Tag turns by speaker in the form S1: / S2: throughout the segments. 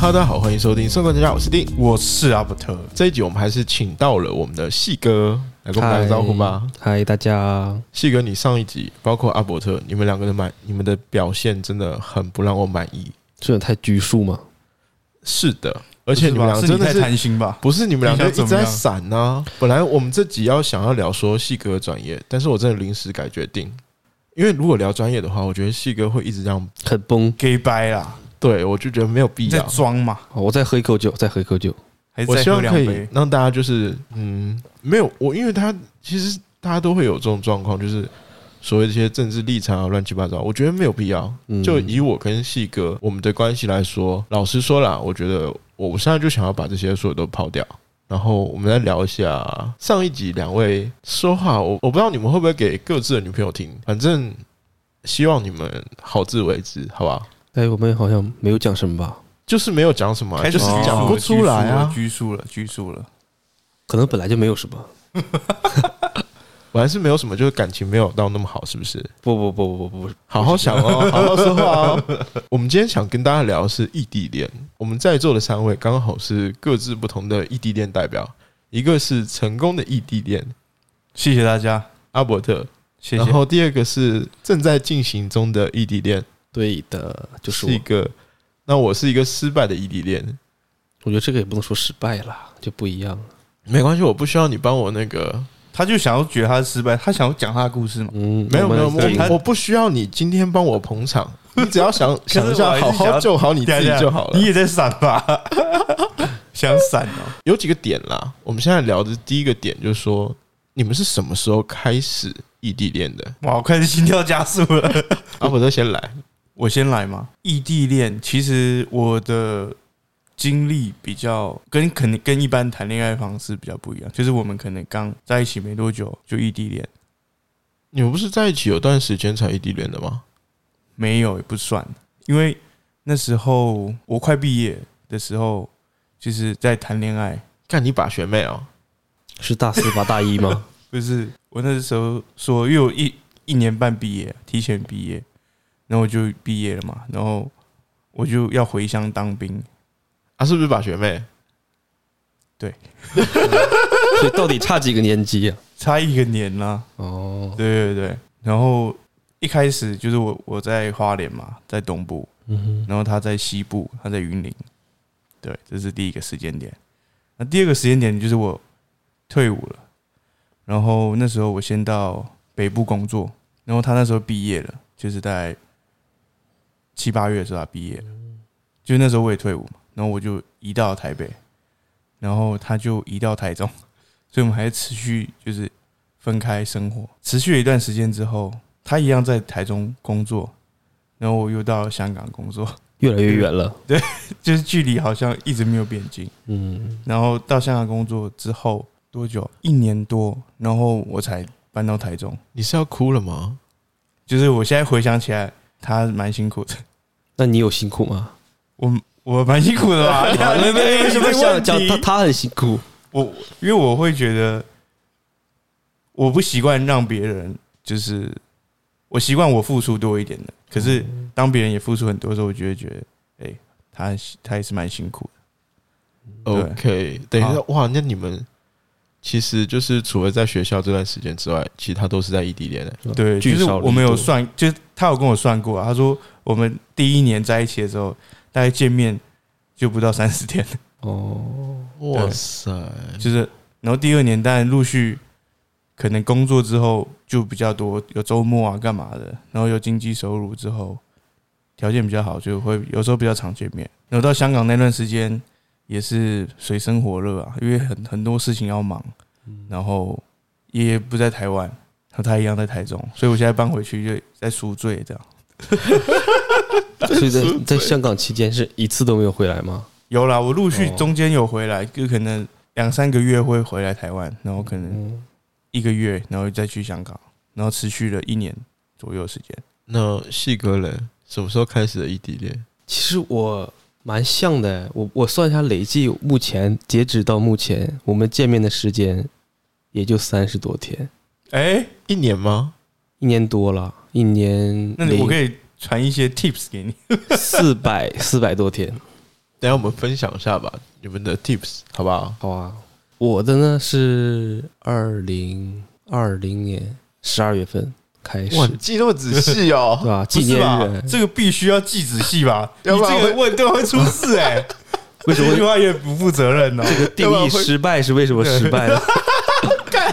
S1: Hello，大家好，欢迎收听《生活大家》，我是丁。
S2: 我是阿伯特，
S1: 这一集我们还是请到了我们的细哥来跟我们打个招呼吧。
S3: 嗨，大家，
S1: 细哥，你上一集包括阿伯特，你们两个的满，你们的表现真的很不让我满意。
S3: 真的太拘束吗？
S1: 是的，而且你们
S2: 不
S1: 俩
S2: 是吧是
S1: 真
S2: 你
S1: 的
S2: 太
S1: 是
S2: 贪心吧？
S1: 不是你们两个一直
S2: 你想怎么
S1: 在
S2: 样
S1: 闪呢、本来我们这集要想要聊说细哥的专业，但是我真的临时改决定，因为如果聊专业的话，我觉得细哥会一直这样，
S3: 很崩。
S2: 给掰
S1: 哎
S2: 啦，
S1: 对我就觉得没有必
S2: 你在
S1: 要。
S2: 装嘛？
S3: 好我再喝一口酒，再喝一口酒。
S2: 还是
S1: 我
S2: 再
S1: 希
S2: 喝
S1: 望
S2: 两
S1: 可以
S2: 杯？
S1: 让大家就是嗯，没有我，因为他其实大家都会有这种状况，就是所谓这些政治立场啊，乱七八糟。我觉得没有必要。
S3: 嗯
S1: 就以我跟细哥我们的关系来说，老实说啦，我觉得我现在就想要把这些所有都抛掉。然后我们再聊一下上一集两位说话，我我不知道你们会不会给各自的女朋友听，反正希望你们好自为之，好吧？
S3: 哎，我们好像没有讲什么吧？
S1: 就是没有讲什么啊，
S2: 开
S1: 就
S2: 始
S1: 是
S2: 拘束了
S1: 讲不出来啊。
S2: 拘束了，拘束了，
S3: 可能本来就没有什么。
S1: 我还是没有什么，就是感情没有到那么好，是不是？
S3: 不不不不不不，
S1: 好好想 哦，好好说话哦。我们今天想跟大家聊的是异地恋。我们在座的三位刚好是各自不同的异地恋代表，一个是成功的异地恋
S2: 谢谢大家，
S1: 阿伯特，
S2: 谢谢
S1: 然。后第二个是正在进行中的异地恋，
S3: 对的，就是
S1: 一
S3: 我。
S1: 个。那我是一个失败的异地恋，
S3: 我觉得这个也不能说失败啦，就不一样。
S1: 没关系，我不需要你帮我那个，
S2: 他就想要觉得他失败，他想要讲他的故事嘛？
S3: 嗯，
S1: 没有
S3: 我
S1: 没
S3: 们
S1: 有，
S3: 可以
S1: 我我不需要你今天帮我捧场，你只要 想
S2: 是
S1: 想一
S2: 我
S1: 下，
S2: 还是
S1: 好
S2: 想
S1: 好
S2: 要
S1: 救好你自己
S2: 等一下
S1: 就好了。
S2: 啊你也在闪吧？ 想闪哦？
S1: 有几个点啦，我们现在聊的第一个点就是说，你们是什么始时候开始异地恋的？
S2: 哇，我开始心跳加速 了。
S1: 阿伯特先来，
S2: 我先来嘛。异地恋，其实我的经历比较跟可能跟一般谈恋爱方式比较不一样，就是我们可能刚在一起没多久就异地恋，
S1: 你们不是在一起有段时间才异地恋的吗？
S2: 没有也不算，因为那时候我快毕业的时候，就是在谈恋爱，
S1: 看你把学妹哦、
S3: 是大四吧，大一吗？
S2: 不是我那时候说，因为我一一年半毕业，提前毕业，然后我就毕业了嘛，然后我就要回乡当兵，
S1: 啊，是不是把学妹？
S3: 所以到底差几个年级呀、
S2: 差一个年啦、
S3: 哦，
S2: 对对对，然后一开始就是我我在花莲嘛，在东部，
S3: 嗯哼，
S2: 然后他在西部，他在云林，对，这是第一个时间点。那第二个时间点就是我退伍了，然后那时候我先到北部工作，然后他那时候毕业了，就是在七八月的时候他毕业了，就那时候我也退伍嘛，然后我就移到台北，然后他就移到台中，所以我们还是持续就是分开生活，持续了一段时间之后，他一样在台中工作，然后我又到香港工作，
S3: 越来越远了。
S2: 就是距离好像一直没有变近。
S3: 嗯，
S2: 然后到香港工作之后多久？一年多，然后我才搬到台中。
S1: 你是要哭了吗？
S2: 就是我现在回想起来，他蛮辛苦的，
S3: 那你有辛苦吗？
S2: 我我蛮辛苦的 吧？
S3: 没没没什么想讲，他他很辛苦。
S2: 我因为我会觉得我不习惯让别人，就是我习惯我付出多一点的，可是当别人也付出很多的时候，我就会觉得，哎、他他也是蛮辛苦的。
S1: OK，等一下
S2: 好，
S1: 哇，那你们其实就是除了在学校这段时间之外，其他都是在异地恋的、
S2: 对，
S3: 聚
S2: 就是
S3: 少离
S2: 我们有
S3: 多
S2: 算，就是他有跟我算过、啊，他说我们第一年在一起的时候，大概见面就不到三十天，
S3: 哦，
S1: 哇塞，
S2: 就是然后第二年当然陆续可能工作之后就比较多，有周末啊干嘛的，然后有经济收入之后，条件比较好，就会有时候比较常见面。然后到香港那段时间也是水深火热啊，因为很很多事情要忙，然后爷爷不在台湾，然后他一样在台中，所以我现在搬回去就在赎罪这样。
S3: 所以在在香港期间是一次都没有回来吗？
S2: 有啦，我陆续
S3: 哦
S2: 中间有回来，就可能两三个月会回来台湾，然后可能
S3: 嗯，
S2: 一个月，然后再去香港，然后持续了一年左右的时间。
S1: 那细哥嘞，什么时候开始的异地恋？
S3: 其实我蛮像的，我我算一下累计，目前截止到目前，我们见面的时间也就三十多天，
S2: 哎、
S1: 一年吗？
S3: 一年多了，一年
S2: 那你我可
S3: 以
S2: 以传一些 tips 给你。
S3: 四百四百多天，
S1: 等一下我们分享一下吧，你们的 tips 好不好？
S3: 好啊，我的呢是二零二零年十二月份开 始，
S1: 哇，你记那么仔细
S3: 对啊
S1: 哦，
S3: 吧？
S2: 不
S3: 纪
S2: 是啊
S3: 念
S2: 吧
S3: 日？，
S2: 这个必须要记仔细 吧？你
S1: 要不然
S2: 这个问对方会出事哎、
S3: 为什么
S2: 这句话也不负责任哦。
S3: 这个定
S1: 要不
S3: 义
S1: 然会
S3: 失败是为什么失败呢？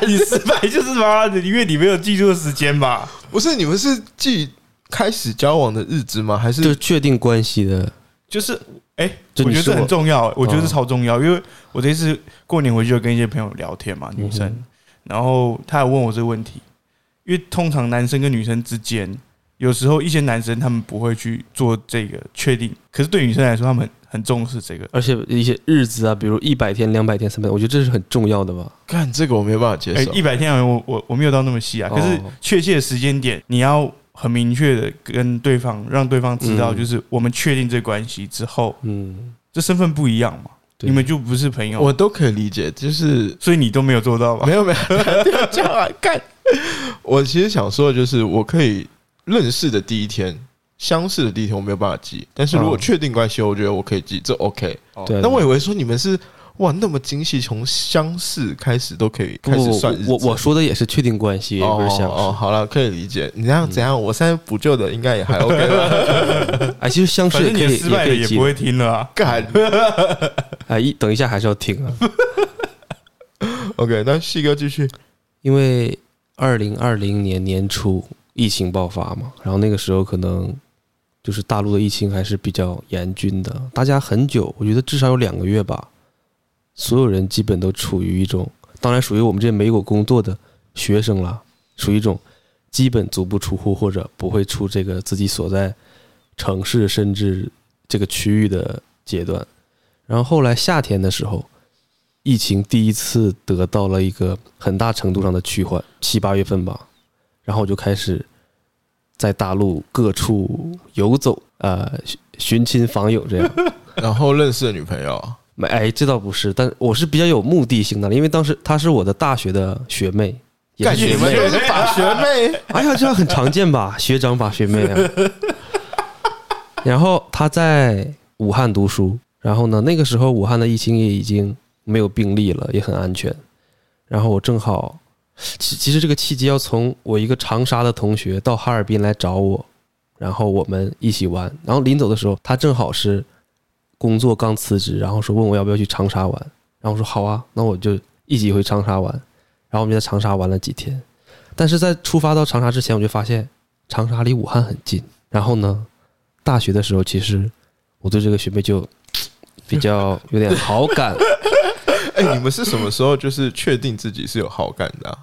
S2: 你失败就是妈的，因为你没有记住时间吧？
S1: 不是你们是记开始交往的日子吗？还
S3: 就是确定关系的，
S2: 就是，哎、
S3: 就
S2: 我
S3: 你
S2: 觉得
S3: 是
S2: 这很
S3: 我
S2: 重要，我觉得
S3: 嗯
S2: 这超重要，因为我这次过年回去就跟一些朋友聊天
S3: 嗯
S2: 嘛，女生，然后她有问我这个问题，因为通常男生跟女生之间，有时候一些男生他们不会去做这个确定，可是对女生来说，他们很重视这个。
S3: 而且一些日子啊，比如一百天、两百天、三百，我觉得这是很重要的吧。
S1: 干这个我没有办法接
S2: 哎，
S1: 受，
S2: 一百天好像我我我没有到那么细啊，可是
S3: 哦
S2: 确切的时间点，你要很明确的跟对方让对方知道，
S3: 嗯
S2: 就是我们确定这关系之后，
S3: 嗯，
S2: 这身份不一样嘛，
S3: 对
S2: 你们就不是朋友，
S1: 我都可以理解，就是
S2: 所以你都没有做到吧？
S1: 没有没有这样啊，干。 我其实想说的就是，我可以认识的第一天。相识的第一天我没有办法记，但是如果
S3: 嗯
S1: 确定关系，我觉得我可以记，这 OK。
S2: 哦
S3: 对。啊
S1: 但我以为说你们是哇那么精细，从相识开始都可以
S3: 不
S1: 开始算日子。
S3: 我我说的也是确定关系，
S1: 哦
S3: 不是相
S1: 哦，
S3: 识。
S1: 好了，可以理解。你这样怎样？我现在补救的应该也还 OK 吧？
S3: 哎，其实相识
S2: 反
S3: 也
S2: 正
S3: 可
S2: 你的
S3: 以，
S2: 失败
S3: 可
S2: 的
S3: 以
S2: 也
S3: 记
S2: 不。会听了啊。
S1: 干
S3: 哎，一等一下还是要听啊，
S1: OK，那西哥继续。
S3: 因为二零二零年年初疫情爆发嘛，然后那个时候可能就是大陆的疫情还是比较严峻的，大家很久，我觉得至少有两个月吧，所有人基本都处于一种，当然属于我们这些没有工作的学生啦，属于一种基本足不出户或者不会出这个自己所在城市甚至这个区域的阶段。然后后来夏天的时候，疫情第一次得到了一个很大程度上的趋缓，七八月份吧，然后我就开始在大陆各处游走，呃，寻寻亲访友这样。
S1: 然后认识的女朋友，
S3: 没，哎，这倒不是，但我是比较有目的性的，因为当时她是我的大学的学妹，也
S1: 感
S3: 是
S1: 觉
S3: 学
S1: 你们
S3: 妹
S1: 都。是把学妹。
S3: 哎呀，这样很常见吧？学长把学妹啊。然后他在武汉读书，然后呢，那个时候武汉的疫情也已经没有病例了，也很安全。然后我正好，其其实这个契机要从我一个长沙的同学到哈尔滨来找我，然后我们一起玩。然后临走的时候，他正好是工作刚辞职，然后说问我要不要去长沙玩，然后我说好啊，那我就一起回长沙玩。然后我们就在长沙玩了几天。但是在出发到长沙之前，我就发现长沙离武汉很近。然后呢，大学的时候，其实我对这个学妹 就比较有点好感。
S1: 哎、你们是什么时候就是确定自己是有好感的啊、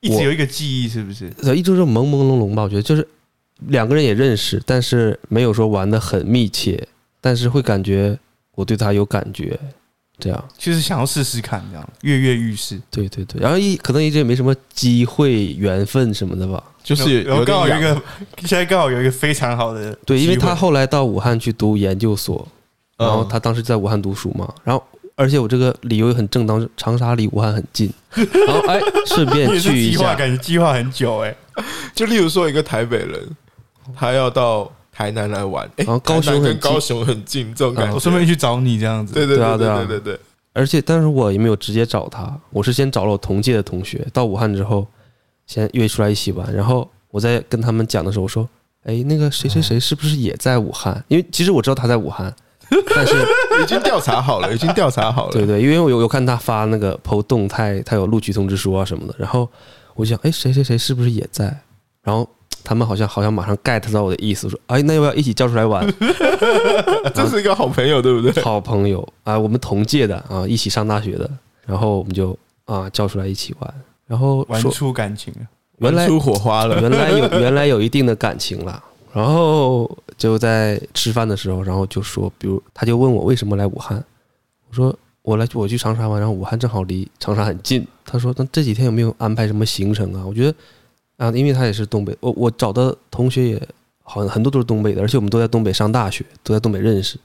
S2: 一直有一个记忆，是不是？
S3: 呃，一直是朦朦胧胧吧，我觉得就是两个人也认识，但是没有说玩的很密切，但是会感觉我对她有感觉，这样。
S2: 就是想要试试看，这样跃跃欲试。
S3: 对对对，然后一可能一直也没什么机会、缘分什么的吧。
S1: 就是
S2: 然后
S1: 有点
S2: 刚好有一
S1: 痒
S2: 个，现在刚好有一个非常好的机会，
S3: 对，因为她后来到武汉去读研究所，然后
S1: 嗯
S3: 他当时在武汉读书嘛，然后而且我这个理由也很正当，长沙离武汉很 近，然后哎，顺便
S2: 也是
S3: 去一
S2: 计划，
S3: 下，
S2: 感觉计划很久哎、
S1: 就例如说一个台北人，他要到台南来玩，哎、
S3: 然后高
S1: 台
S3: 雄
S1: 南
S3: 很
S1: 跟高
S3: 近，
S1: 雄很近，这种感觉。
S2: 哦我顺便去找你这样子。
S1: 对对
S3: 嗯对啊
S1: 对
S3: 对啊
S1: 对对对，
S3: 而且但是我也没有直接找他，我是先找了我同届的同学，到武汉之后先约出来一起玩，然后我在跟他们讲的时候，我说，哎，那个谁谁谁是不是也在武汉？因为其实我知道他在武汉，但是
S1: 已经调查好了， 已经调查好了。
S3: 对对，因为我有有看他发那个 PO 动态，他有录取通知书啊什么的，然后我就想，哎，谁谁谁是不是也在？然后他们好像好像马上 get 到我的意思，说，哎，那要不要一起叫出来 玩？
S1: 这是一个好朋友，对不对？
S3: 好朋友啊，我们同届的啊，一起上大学的，然后我们就啊叫出来一起玩，然后
S2: 玩
S3: 说
S2: 出感情啊了，
S3: 原来
S1: 出火花了，
S3: 原来有原来有一定的感情了，然后就在吃饭的时候，然后就说，比如他就问我为什么来武汉，我说我来我去长沙玩，然后武汉正好离长沙很近，他说那这几天有没有安排什么行程啊？我觉得啊，因为他也是东北，我我找的同学也好像很多都是东北的，而且我们都在东北上大学，都在东北认识，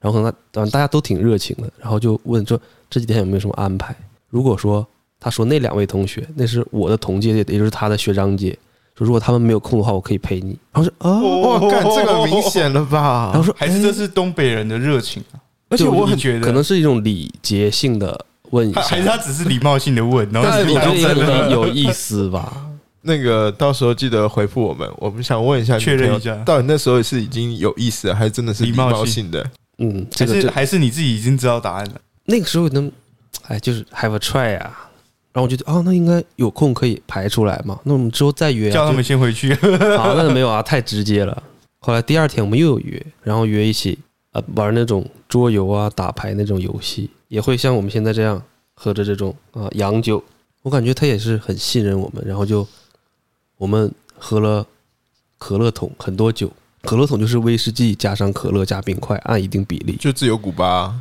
S3: 然后可能他嗯大家都挺热情的，然后就问说这几天有没有什么安排？如果说他说那两位同学，那是我的同届，也就是他的学长姐，说如果他们没有空的话，我可以陪你。然后说 啊，
S1: 哇，干这个明显了吧？
S3: 然后说
S2: 还是这是东北人的热情啊？而且
S3: 就
S2: 我
S3: 你
S2: 很觉得，
S3: 可能是一种礼节性的问一
S2: 还
S3: 下，
S2: 还是他只是礼貌性 的问，然后
S3: 但
S2: 你
S3: 是我觉得
S2: 当
S3: 也
S2: 真
S3: 很
S2: 的
S3: 有意思吧。
S1: 那个到时候记得回复我们，我们想问一下，
S2: 确认一下
S1: 到底那时候是已经有意思了，还是真的是
S2: 礼
S1: 礼
S2: 貌性
S1: 貌性的？
S3: 嗯，这
S2: 还
S3: 个
S2: 是
S3: 这
S2: 还是你自己已经知道答案了。
S3: 那个时候能，哎，就是 have a try 啊。然后我就觉得，哦，那应该有空可以排出来嘛。那我们之后再约、啊，
S2: 叫他们先回去，
S3: 啊，那没有啊，太直接了。后来第二天我们又有约，然后约一起啊玩那种桌游啊、打牌那种游戏，也会像我们现在这样喝着这种啊洋酒。我感觉他也是很信任我们，然后就我们喝了可乐桶很多酒，可乐桶就是威士忌加上可乐加冰块，按一定比例，
S1: 就自由古巴，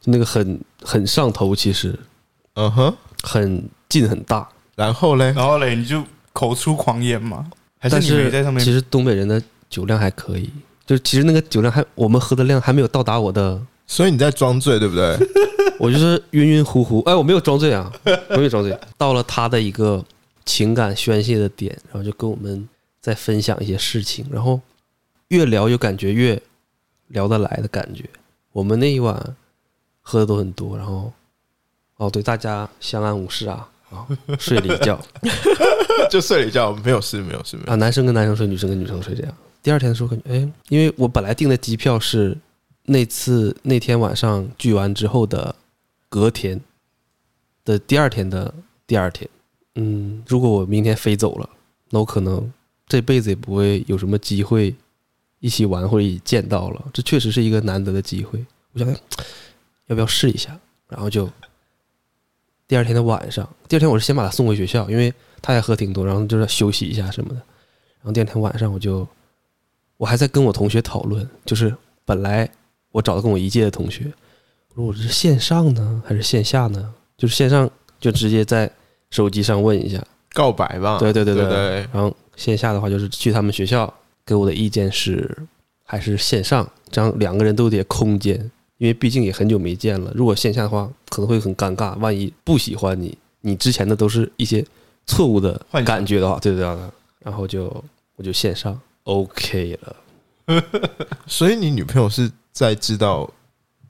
S3: 就那个很很上头，其实
S1: 嗯哼，
S3: 很劲很大，
S1: 然后嘞，
S2: 然后嘞你就口出狂言嘛，还
S3: 但
S2: 你没在上面
S3: 其实东北人的酒量还可以，就是其实那个酒量还我们喝的量还没有到达我的
S1: 所以你在装醉对不 对？
S3: 我就是晕晕乎乎，哎，我没有装醉啊，我没有装醉。到了他的一个情感宣泄的点，然后就跟我们在分享一些事情，然后越聊就感觉越聊得来的感觉。我们那一晚喝的都很多，然后哦，对，大家相安无事啊，啊、睡了一觉
S1: 就睡了一觉，没有事，没有事，没有事。
S3: 啊，男生跟男生睡，女生跟女生睡这样。第二天的时候感觉，哎，因为我本来订的机票是那次那天晚上聚完之后的隔天的第二天的第二天，嗯，如果我明天飞走了，那我可能这辈子也不会有什么机会一起玩或者一起见到了。这确实是一个难得的机会，我想哎要不要试一下，然后就第二天的晚上，第二天我是先把他送回学校，因为他也喝挺多，然后就是休息一下什么的。然后第二天晚上我就，我还在跟我同学讨论，就是本来我找的跟我一届的同学，我说我这是线上呢还是线下呢？就是线上就直接在手机上问一下，
S1: 告白吧，
S3: 对对对
S1: 对
S3: 对
S1: 对，
S3: 然后线下的话就是去他们学校，给我的意见是还是线上，这样两个人都有点空间，因为毕竟也很久没见了。如果线下的话，可能会很尴尬，万一不喜欢你，你之前的都是一些错误的
S2: 幻想
S3: 感觉的话，对对对。然后就我就线上 OK 了，
S1: 所以你女朋友是在知道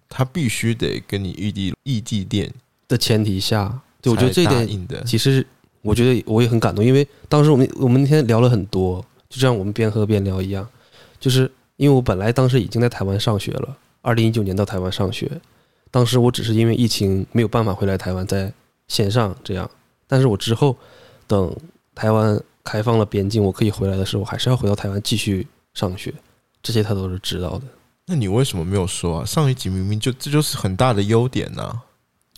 S1: 她必须得跟你异地异地恋，
S3: 的前提下，对我觉得这一点
S1: 硬的，
S3: 其实我觉得我也很感动，因为当时我们我们那天聊了很多，就像我们边喝边聊一样，就是因为我本来当时已经在台湾上学了，二零一九年到台湾上学，当时我只是因为疫情没有办法回来台湾，在线上这样，但是我之后等台湾开放了边境，我可以回来的时候，我还是要回到台湾继续上学，这些他都是知道的。
S1: 那你为什么没有说啊？上一集明明就这就是很大的优点呐、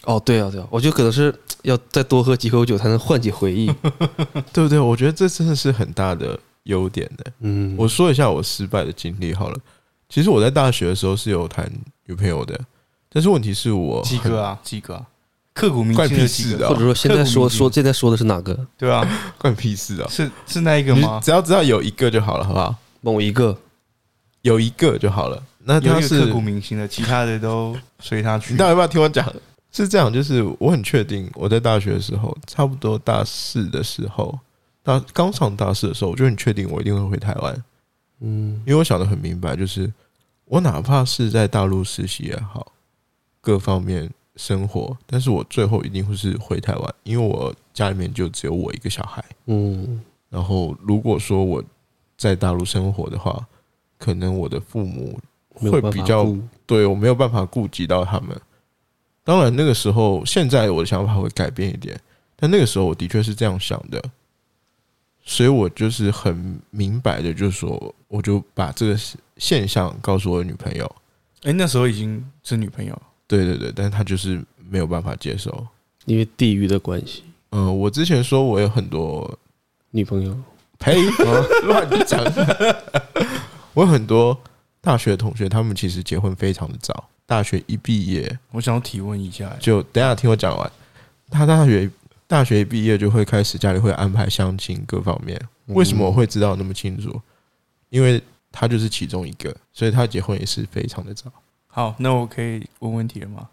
S3: 哦，对啊，对啊，我觉得可能是要再多喝几口酒才能唤起回忆。
S1: 对不对？我觉得这真的是很大的优点的、
S3: 嗯，
S1: 我说一下我失败的经历好了。其实我在大学的时候是有谈女朋友的，但是问题是我
S2: 几个啊，几个啊，刻骨铭
S1: 关
S2: 心
S1: 屁
S2: 的
S1: 事
S2: 几个，
S1: 的、
S3: 或者
S1: 啊，
S3: 说现在说
S2: 刻骨铭心
S3: 说现在说的是哪个？
S2: 对啊，
S1: 关屁事的、啊。
S2: 是是那一个
S1: 你
S2: 吗？
S1: 只要知道有一个就好了，好不好？
S3: 某一个
S1: 有一个就好了。那
S2: 有
S1: 他
S2: 一
S1: 是
S2: 个刻骨铭心的，其他的都随他去
S1: 你。到底要不要听我讲？是这样，就是我很确定，我在大学的时候，差不多大四的时候，大刚上大四的时候，我就很确定我一定会回台湾，
S3: 嗯
S1: 因为我想的很明白，就是我哪怕是在大陆实习也好，各方面生活，但是我最后一定会是回台湾，因为我家里面就只有我一个小孩。
S3: 嗯
S1: 然后如果说我在大陆生活的话，可能我的父母，
S3: 没有
S1: 会
S3: 办
S1: 比
S3: 法
S1: 较
S3: 顾
S1: 对我没有办法顾及到他们。当然，那个时候，现在我的想法会改变一点，但那个时候我的确是这样想的，所以我就是很明白的，就是说，我就把这个现象告诉我的女朋友。
S2: 哎，那时候已经是女朋友了，
S1: 对对对，但是她就是没有办法接受。
S3: 因为地域的关系，
S1: 嗯、我之前说我有很多
S3: 女朋友
S1: 呸，哦乱讲。 我有很多大学同学，他们其实结婚非常的早，大学一毕业
S2: 我想要提问一下，
S1: 就等一下听我讲完。他大学大学一毕业就会开始家里会安排相亲各方面。为什么我会知道那么清楚？因为他就是其中一个，所以他结婚也是非常的早。
S2: 好，那我可以问问题了吗？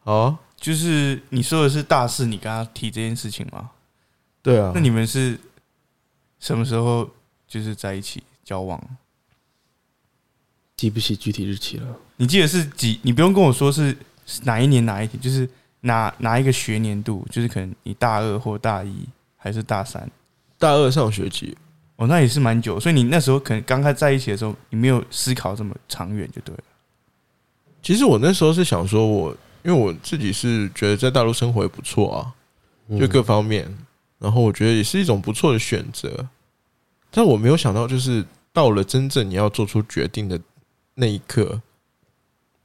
S1: 好、哦，
S2: 就是你说的是大四，你跟他提这件事情吗？
S1: 对啊
S2: 那你们是什么时候就是在一起交往？
S3: 记不起具体日期了。
S2: 你记得是几？你不用跟我说是是哪一年哪一天，就是哪哪一个学年度，就是可能你大二或大一还是大三，
S1: 大二上学期，
S2: 哦，那也是蛮久，所以你那时候可能刚开始在一起的时候，你没有思考这么长远就对了。
S1: 其实我那时候是想说我，因为我自己是觉得在大陆生活也不错啊，
S3: 嗯
S1: 就各方面，然后我觉得也是一种不错的选择，但我没有想到，就是到了真正你要做出决定的那一刻，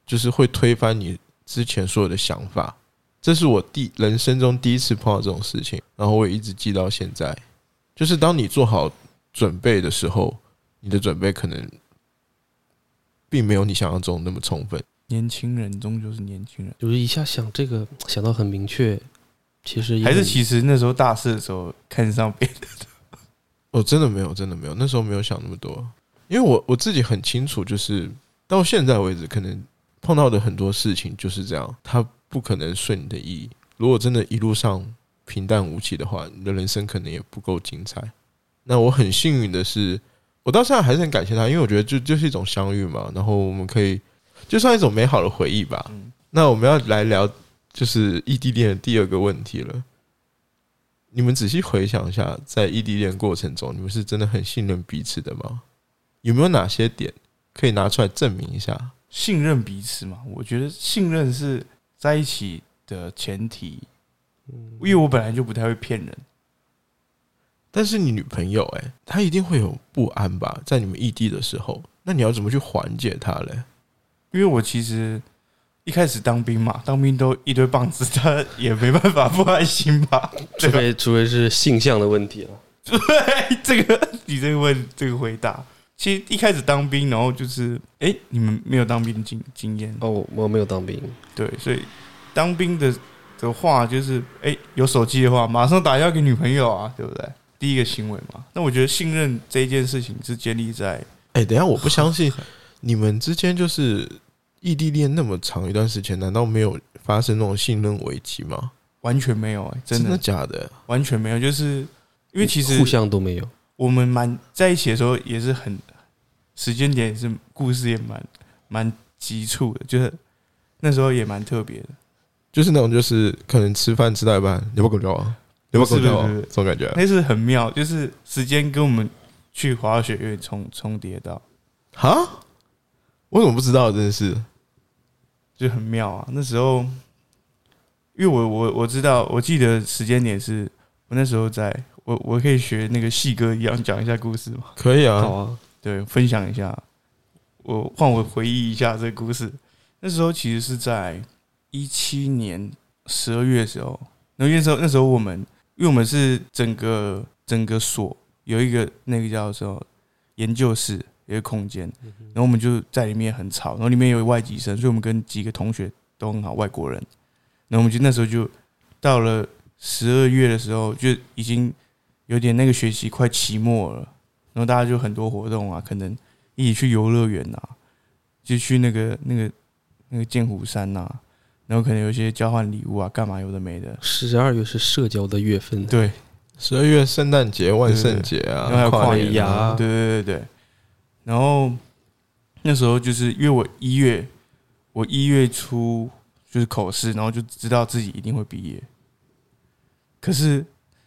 S1: 就是会推翻你之前所有的想法。这是我第人生中第一次碰到这种事情，然后我也一直记到现在。就是当你做好准备的时候，你的准备可能并没有你想象中那么充分。
S2: 年轻人终究是年轻人，
S3: 就是一下想这个想到很明确，其实也
S2: 还是其实那时候大四的时候看上别人，
S1: 我哦真的没有，真的没有，那时候没有想那么多，因为我我自己很清楚，就是到现在为止，可能碰到的很多事情就是这样，它不可能顺你的意。如果真的一路上平淡无奇的话，你的人生可能也不够精彩。那我很幸运的是，我到现在还是很感谢他，因为我觉得就就是一种相遇嘛，然后我们可以就算一种美好的回忆吧。
S2: 嗯
S1: 那我们要来聊就是异地恋的第二个问题了。你们仔细回想一下，在异地恋过程中，你们是真的很信任彼此的吗？有没有哪些点可以拿出来证明一下？
S2: 信任彼此嘛。我觉得信任是在一起的前提，因为我本来就不太会骗人，
S1: 但是你女朋友、欸，哎，她一定会有不安吧？在你们异地的时候，那你要怎么去缓解她嘞？
S2: 因为我其实一开始当兵嘛，当兵都一堆棒子，他也没办法不安心吧？对啊
S3: 除
S2: 吧？
S3: 非除非是性向的问题啊了。
S2: 对， 这个你这个问这个回答，其实一开始当兵，然后就是哎、诶你们没有当兵经经验，
S3: 哦，我我没有当兵，
S2: 对，所以当兵的的话，就是哎、诶有手机的话，马上打电话给女朋友啊，对不对？第一个行为嘛，那我觉得信任这一件事情是建立在
S1: 哎、等一下，我不相 信你们之间就是异地恋那么长一段时间，难道没有发生那种信任危机吗？
S2: 完全没有、诶真
S1: 真的
S2: 的
S1: 假的？
S2: 完全没有，就是因为其实
S3: 互相都没有。
S2: 我们蛮在一起的时候也是很时间点也是故事也蛮蛮急促的，就是那时候也蛮特别的。
S1: 就是那种，就是可能吃饭吃到一半，你要不要跟我交往？你要不要跟我交
S2: 不是不是不
S1: 往？
S2: 是
S1: 这种感觉
S2: 那是很妙，就是时间跟我们去滑雪院重重叠到，
S1: 哈？我怎么不知道？真的是，
S2: 就很妙啊。那时候，因为我我我知道，我记得时间点是我那时候在，我我可以学那个细哥一样讲一下故事嘛，
S1: 可以
S3: 好
S1: 啊，
S3: 啊，
S2: 对，分享一下，我换我回忆一下这个故事。那时候其实是在一七年十二月的时候，然后那时候那时候我们，因为我们是整个整个所有一个那个叫做研究室有一个空间，然后我们就在里面很吵，然后里面有外籍生，所以我们跟几个同学都很好，外国人，然后我们就那时候就到了十二月的时候，就已经有点那个学期快期末了。然后大家就很多活动啊，可能一起去游乐园啊，就去那个那个那个剑湖山呐、然后可能有一些交换礼物啊，干嘛有的没的。
S3: 十二月是社交的月份，
S2: 对，
S1: 十二月圣诞节、万圣节
S2: 然后还
S1: 啊，
S2: 有跨
S1: 年
S2: 年
S1: 啊
S2: 啊，
S3: 跨年啊
S2: 对对对对。然后那时候就是因为我一月，我一月初就是口试，然后就知道自己一定会毕业。可是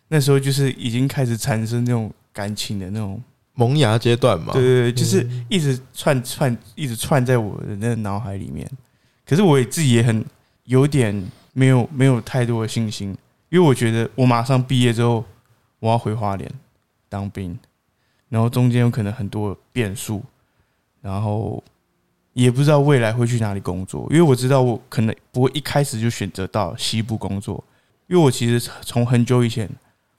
S2: 那时候就是已经开始产生那种感情的那种
S1: 萌芽阶段嘛
S2: 对。对对，就是一直串串，一直串在我的那个脑海里面。可是我也自己也很有点没有没有太多的信心，因为我觉得我马上毕业之后，我要回花莲当兵，然后中间有可能很多变数，然后也不知道未来会去哪里工作，因为我知道我可能不会一开始就选择到西部工作，因为我其实从很久以前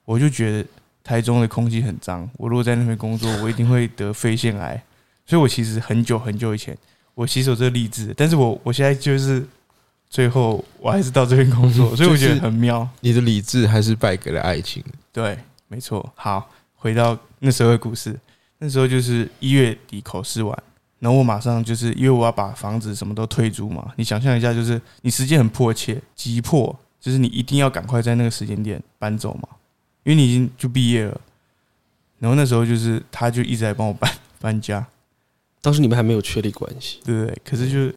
S2: 我就觉得台中的空气很脏，我如果在那边工作，我一定会得肺腺癌，所以我其实很久很久以前我其实有这个励志，但是我我现在就是最后我还是到这边工作，所以我觉得很妙。
S1: 你的理智还是败给了爱情，
S2: 对，没错。好，回到那时候的故事，那时候就是一月底口试完，然后我马上就是因为我要把房子什么都退租嘛，你想象一下，就是你时间很迫切，急迫，就是你一定要赶快在那个时间点搬走嘛，因为你已经就毕业了。然后那时候就是他就一直在帮我搬搬家，
S3: 当时你们还没有确立关系，
S2: 对不对？可是就是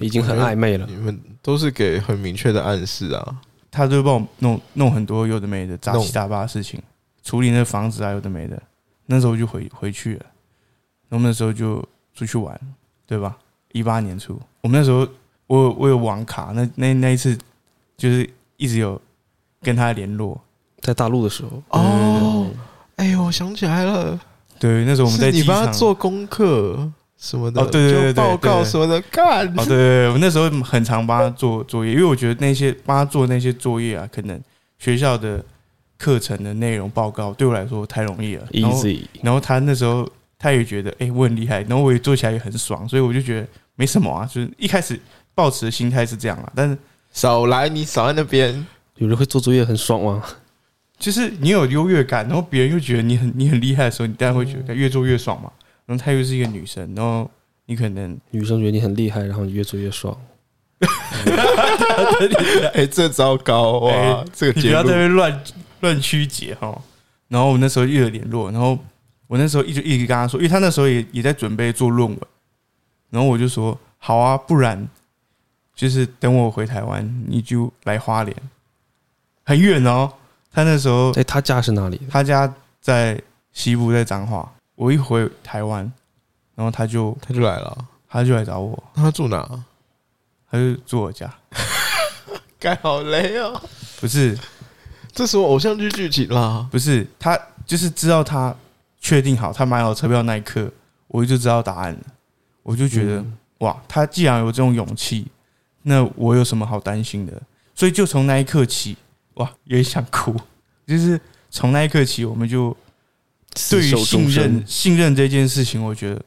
S3: 已经很暧昧了。
S1: 你们哎都是给很明确的暗示啊，
S2: 他就会帮我弄弄很多有的没的杂
S1: 弄
S2: 七杂八的事情，处理那个房子啊有的没的。那时候我就回回去了，然后那时候就出去玩，对吧？一八年初，我们那时候我有我有网卡，那那那一次就是一直有跟他联络。
S3: 在大陆的时候，嗯
S1: 哦，哎呦，我想起来了，
S2: 对，那时候我们在
S1: 是你
S2: 机
S1: 帮
S2: 场
S1: 他做功课什么的，
S2: 哦对对对对
S1: 就报告
S2: 对对
S1: 什么的，干
S2: 哦，对对对，我那时候很常帮他做作业，因为我觉得那些帮他做那些作业啊，可能学校的课程的内容报告对我来说太容易了然后
S3: easy，
S2: 然后他那时候他也觉得，哎、我很厉害，然后我也做起来也很爽，所以我就觉得没什么啊，就是一开始抱持的心态是这样啊，但是
S1: 少来，你少在那边，
S3: 有人会做作业很爽吗？
S2: 就是你有优越感，然后别人又觉得你很你很厉害的时候，你当然会觉得越做越爽嘛。然后她又是一个女生，然后你可能
S3: 女生觉得你很厉害，然后你越做越爽。
S1: 哎，这糟糕哇
S2: 哎，
S1: 这个
S2: 你不
S1: 结
S2: 要在那
S1: 论
S2: 边乱乱曲解哈。然后我那时候又有联络，然后我那时候一直一直跟他说，因为他那时候也也在准备做论文，然后我就说好啊，不然就是等我回台湾你就来花莲，很远哦。他那时候
S3: 哎，他家是哪里的？
S2: 他家在西部，在彰化，我一回台湾，然后他就
S1: 他就来了，
S2: 他就来找我，
S1: 那他住哪？
S2: 他就住我家，
S1: 该好累哦，
S2: 不是
S1: 这什么偶像剧剧情啦？
S2: 不是，他就是知道他确定好他买好车票那一刻，我就知道答案了。我就觉得、
S3: 嗯
S2: 哇，他既然有这种勇气，那我有什么好担心的？所以就从那一刻起，哇，有点想哭。就是从那一刻起，我们就对于
S3: 厮守
S2: 信
S3: 终
S2: 任
S3: 身
S2: 信任这件事情，我觉得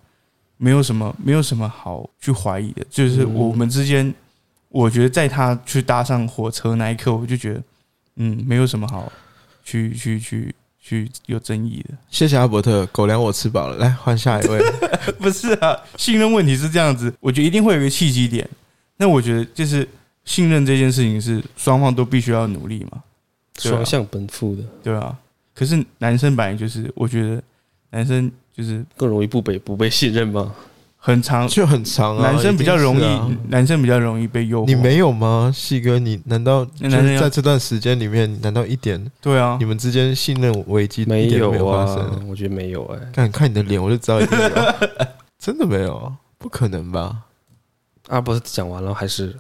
S2: 没有什么没有什么好去怀疑的。就是
S3: 嗯
S2: 我们之间，我觉得在他去搭上火车那一刻，我就觉得嗯，没有什么好去去去去有争议的。
S1: 谢谢阿伯特，狗粮我吃饱了，来换下 一位。
S2: 不是啊，信任问题是这样子，我觉得一定会有一个契机点。那我觉得就是信任这件事情是双方都必须要努力嘛，对啊
S3: 双向奔赴的，
S2: 对啊。可是男生本来就是，我觉得男生就是
S3: 更容易不被不被信任吗？
S2: 很常，
S1: 就很长啊，
S2: 男生比较容
S1: 一
S2: 易，
S1: 定是啊
S2: 男生比较容易被诱惑。
S1: 你没有吗，细哥？你难道就
S2: 那男
S1: 是
S2: 人要
S1: 在这段时间里面，你难道一点
S2: 对啊
S1: 你，们之间信任危机一点
S3: 没
S1: 都没
S3: 有
S1: 发生
S3: 啊
S1: 啊？，
S3: 我觉得没有哎、
S1: 看看你的脸，我就知道一 定有，真的没有，啊不可能吧？
S3: 阿伯啊讲完了还是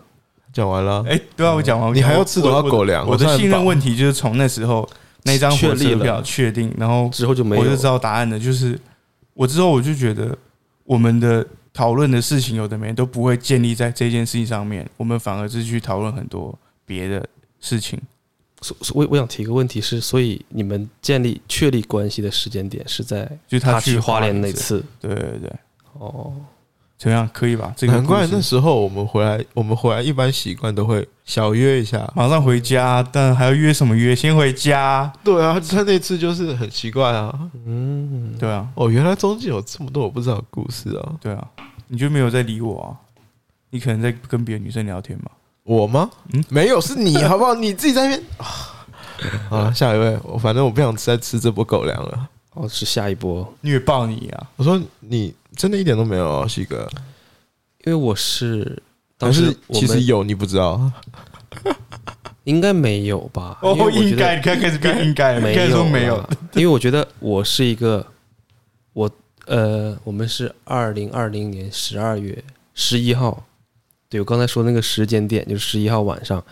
S1: 讲完了，
S2: 哎，对啊，我讲完，
S1: 你还要
S2: 我
S1: 吃多少
S2: 我我
S1: 狗粮
S2: 我
S1: 我
S2: 的
S1: 算
S2: 信
S1: 饱
S2: 任问题就是从那时候那张火
S3: 确立
S2: 车
S3: 了
S2: 票确定，然后
S3: 之后就没有
S2: 我就知道答案了，就是我之后我就觉得我们的讨论的事情有的没都不会建立在这件事情上面，我们反而是去讨论很多别的事情。
S3: 所所我我想提一个问题是，所以你们建立确立关系的时间点是在
S2: 就是
S3: 他
S2: 去
S3: 去花莲那
S2: 次，
S3: 次
S2: 对对对，
S3: 哦，
S2: 怎么样可以吧？这个
S1: 难怪
S2: 故事
S1: 那时候我们回来，我们回来一般习惯都会小约一下。
S2: 马上回家，但还要约什么约？先回家，
S1: 对啊， 他那次就是很奇怪啊。
S3: 嗯，
S2: 对啊，
S1: 哦，原来中间有这么多我不知道的故事啊。
S2: 对啊，你就没有在理我啊？你可能在跟别的女生聊天嘛？
S1: 我吗？
S2: 嗯
S1: 没有，是你好不好？你自己在那边。啊好了，下一位，我反正我不想再吃这波狗粮了。
S3: 哦是下一波，
S2: 虐爆你啊！
S1: 我说你真的一点都没有啊，西哥，
S3: 因为我是当
S1: 但
S3: 时
S1: 是
S3: 我
S1: 其实
S3: 们
S1: 有你不知道，
S3: 应该没有吧，因为
S2: 哦，
S3: 我觉
S2: 应
S3: 得
S2: 该，你看开始变应该了，
S3: 没
S2: 你开始
S3: 有
S2: 说
S3: 啊
S2: 没有，，
S3: 因为我觉得我是一个，我呃，我们是二零二零年十二月十一号，对我刚才说那个时间点就是十一号晚上，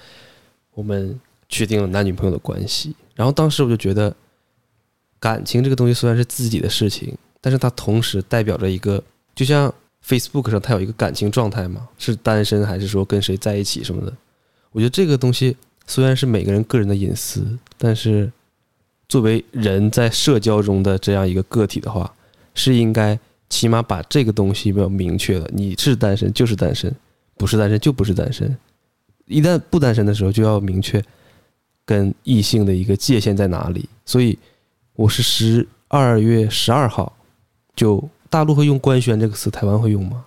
S3: 我们确定了男女朋友的关系。然后当时我就觉得，感情这个东西虽然是自己的事情，但是它同时代表着一个，就像 Facebook 上它有一个感情状态嘛，是单身还是说跟谁在一起什么的。我觉得这个东西虽然是每个人个人的隐私，但是作为人在社交中的这样一个个体的话，是应该起码把这个东西要明确了，你是单身就是单身，不是单身就不是单身。一旦不单身的时候，就要明确跟异性的一个界限在哪里。所以，我是十二月十二号，就大陆会用“官宣”这个词，台湾会用吗？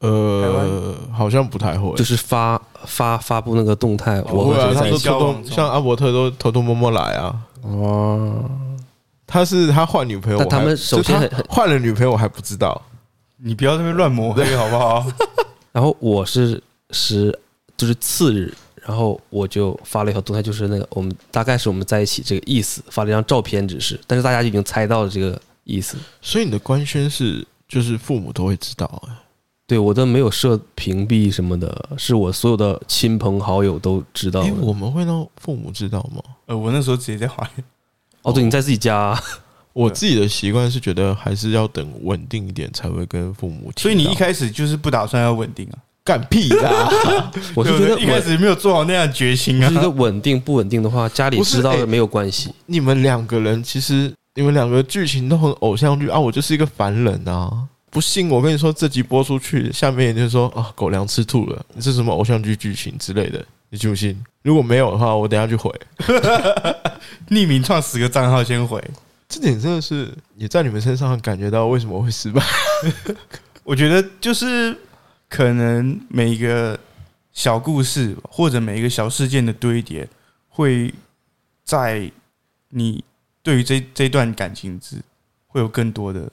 S1: 呃，好像不太会
S3: 就。是发发发布那个动态，我
S1: 不
S3: 和
S1: 会啊，
S3: 谁
S1: 他们
S3: 在一
S1: 都
S3: 起？
S1: 偷偷像阿伯特都偷偷摸摸来啊。
S3: 哦，
S1: 他是他换女朋友，
S3: 但
S1: 我还
S3: 他们首先
S1: 就
S3: 很
S1: 他换了女朋友，我还不知道。
S2: 你不要这边乱抹黑好不好？
S3: 然后我是十，就是次日，然后我就发了一条动态，就是那个我们大概是我们在一起这个意思，发了一张照片，只是，但是大家就已经猜到了这个意思。
S1: 所以你的官宣是就是父母都会知道啊。
S3: 对我都没有设屏蔽什么的，是我所有的亲朋好友都知道
S1: 哎、
S3: 的。
S1: 我们会让父母知道吗？
S2: 呃，我那时候直接在怀疑，
S3: 哦，对，你在自己家、
S1: 我自己的习惯是觉得还是要等稳定一点才会跟父母提到。
S2: 所以你一开始就是不打算要稳定啊？
S1: 干屁啦！
S3: 我是觉
S2: 对
S3: 得
S2: 不对一开
S3: 稳，
S2: 始没有做好那样的决心
S3: 我
S2: 啊
S3: 是觉。得稳定不稳定的话，家里
S1: 不是
S3: 知道
S1: 哎
S3: 了没有关系。
S1: 你们两个人其实你们两个剧情都很偶像剧啊，我就是一个凡人啊。不信我跟你说，这集播出去，下面人就说啊，狗粮吃吐了，这是什么偶像剧剧情之类的，你信不信？如果没有的话，我等一下去回。
S2: 匿名创十个账号先回，
S1: 这点真的是也在你们身上感觉到为什么会失败。
S2: 我觉得就是可能每一个小故事或者每一个小事件的堆叠，会在你对于这这段感情之会有更多的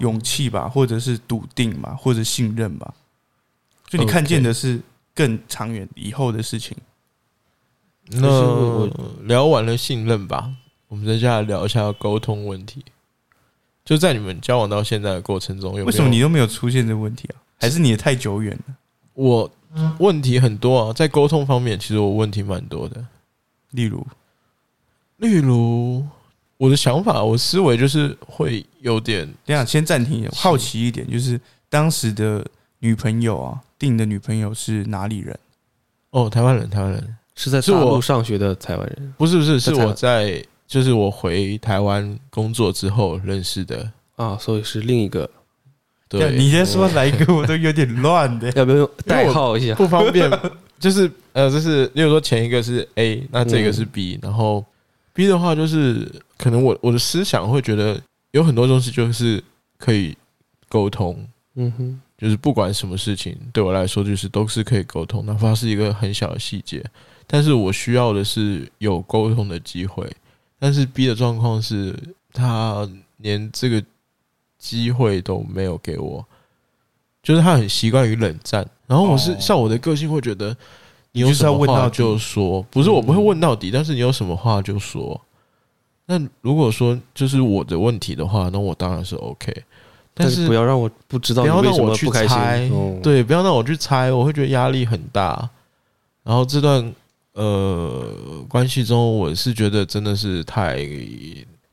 S2: 勇气吧，或者是笃定吧，或者信任吧。就你
S1: OK
S2: 看见的是更长远以后的事情。
S1: 那
S3: 我
S1: 聊完了信任吧，我们接下来聊一下沟通问题。就在你们交往到现在的过程中，有没有
S2: 为什么你都没有出现这个问题啊？还是你也太久远了？
S1: 我问题很多啊？在沟通方面，其实我问题蛮多的。
S2: 例如，
S1: 例如我的想法，我思维就是会有点
S2: 等一下先暂停一下，好奇一点，就是当时的女朋友啊，定的女朋友是哪里人？
S1: 哦，台湾人，台湾人，
S3: 是在
S1: 是
S3: 大陆
S1: 我
S3: 上学的台湾人
S1: 不是不是，是
S3: 在台湾
S1: 我在就是我回台湾工作之后认识的。
S3: 啊，所以是另一个，
S1: 对，
S2: 你先说哪一个，我都有点乱的。
S3: 要不要
S1: 因
S3: 用
S1: 为
S3: 代
S1: 我
S3: 号一下？
S1: 不方便， 就是呃，就是例如说前一个是 A，那这个是 B，、然后 B 的话就是可能我我的思想会觉得有很多东西就是可以沟通，
S3: 嗯哼，
S1: 就是不管什么事情对我来说就是都是可以沟通，哪怕是一个很小的细节，但是我需要的是有沟通的机会。但是 B 的状况是他连这个机会都没有给我，就是他很习惯于冷战。然后我是
S2: 哦
S1: 像我的个性会觉得，你有
S2: 就是
S1: 什
S2: 要
S1: 么
S2: 问到
S1: 话
S2: 底嗯
S1: 就说，不是我不会问到底，但是你有什么话就说。那如果说就是我的问题的话，那我当然是 OK，
S3: 但
S1: 是
S3: 不要让我不知道
S1: 不
S3: 你
S1: 要
S3: 为
S1: 让
S3: 什
S1: 我
S3: 么
S1: 去
S3: 不开心
S1: 猜。
S3: 哦，
S1: 对，不要让我去猜，我会觉得压力很大。然后这段呃关系中，我是觉得真的是太，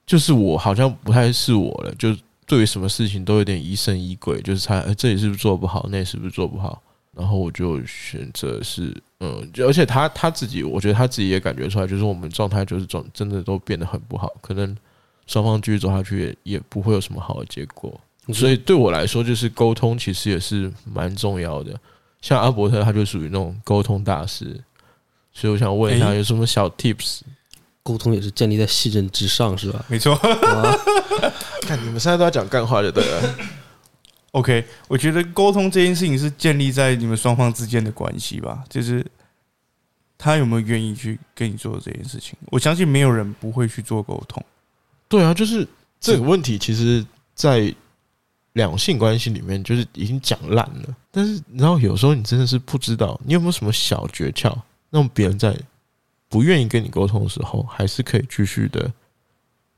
S1: 就是我好像不太是我了，就对于什么事情都有点疑神疑鬼，就是猜、呃、这里是不是做不好，那里是不是做不好。然后我就选择是，嗯，就而且他他自己，我觉得他自己也感觉出来，就是我们状态就是状真的都变得很不好，可能双方继续走下去也也不会有什么好的结果。
S3: 嗯
S1: 所以对我来说，就是沟通其实也是蛮重要的。像阿伯特，他就属于那种沟通大师，所以我想问一下，
S2: 诶
S1: 有什么小 tips？
S3: 沟通也是建立在信任之上，是吧？
S2: 没错
S3: 啊，
S1: 看你们现在都要讲干话就对了。
S2: ，OK，我觉得沟通这件事情是建立在你们双方之间的关系吧，就是他有没有愿意去跟你做这件事情。我相信没有人不会去做沟通。
S1: 对啊，就是这个问题，其实，在两性关系里面，就是已经讲烂了。但是，然后有时候你真的是不知道，你有没有什么小诀窍，让别人在不愿意跟你沟通的时候，还是可以继续的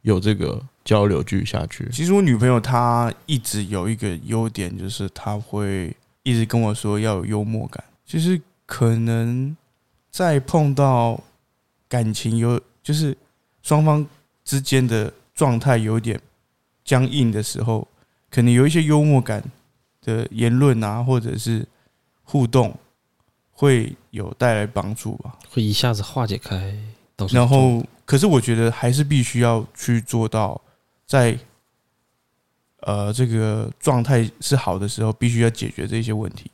S1: 有这个交流继续下去？
S2: 其实我女朋友她一直有一个优点，就是她会一直跟我说要有幽默感。就是可能在碰到感情有，就是双方之间的状态有点僵硬的时候，可能有一些幽默感的言论啊，或者是互动，会有带来帮助吧。
S3: 会一下子化解开，倒是
S2: 然后，可是我觉得还是必须要去做到在，呃这个状态是好的时候，必须要解决这些问题。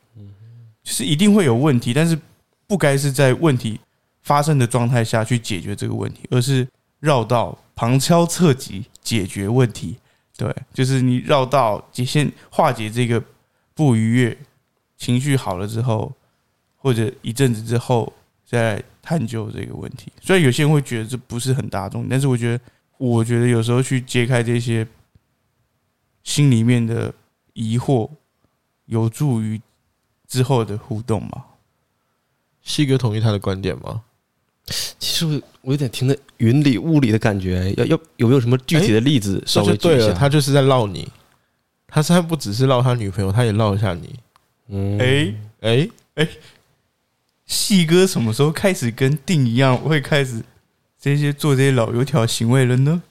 S2: 就是一定会有问题，但是不该是在问题发生的状态下去解决这个问题，而是绕道旁敲侧击解决问题。对，就是你绕道解先化解这个不愉悦，情绪好了之后，或者一阵子之后再来探究这个问题。虽然有些人会觉得这不是很大众，但是我觉得，我觉得有时候去揭开这些心里面的疑惑有助于之后的互动嘛？
S1: 西哥同意他的观点吗？
S3: 其实我我有点听得云里雾里的感觉，要要有没有什么具体的例子稍
S1: 哎这就
S3: 微举
S1: 对
S3: 一
S1: 了，
S3: 下？
S1: 他就是在绕你。他现在不只是绕他女朋友，他也绕一下你。
S3: 嗯，
S2: 诶，
S1: 哎、
S2: 细哥什么时候开始跟定一样会开始这些做这些老油条行为了呢？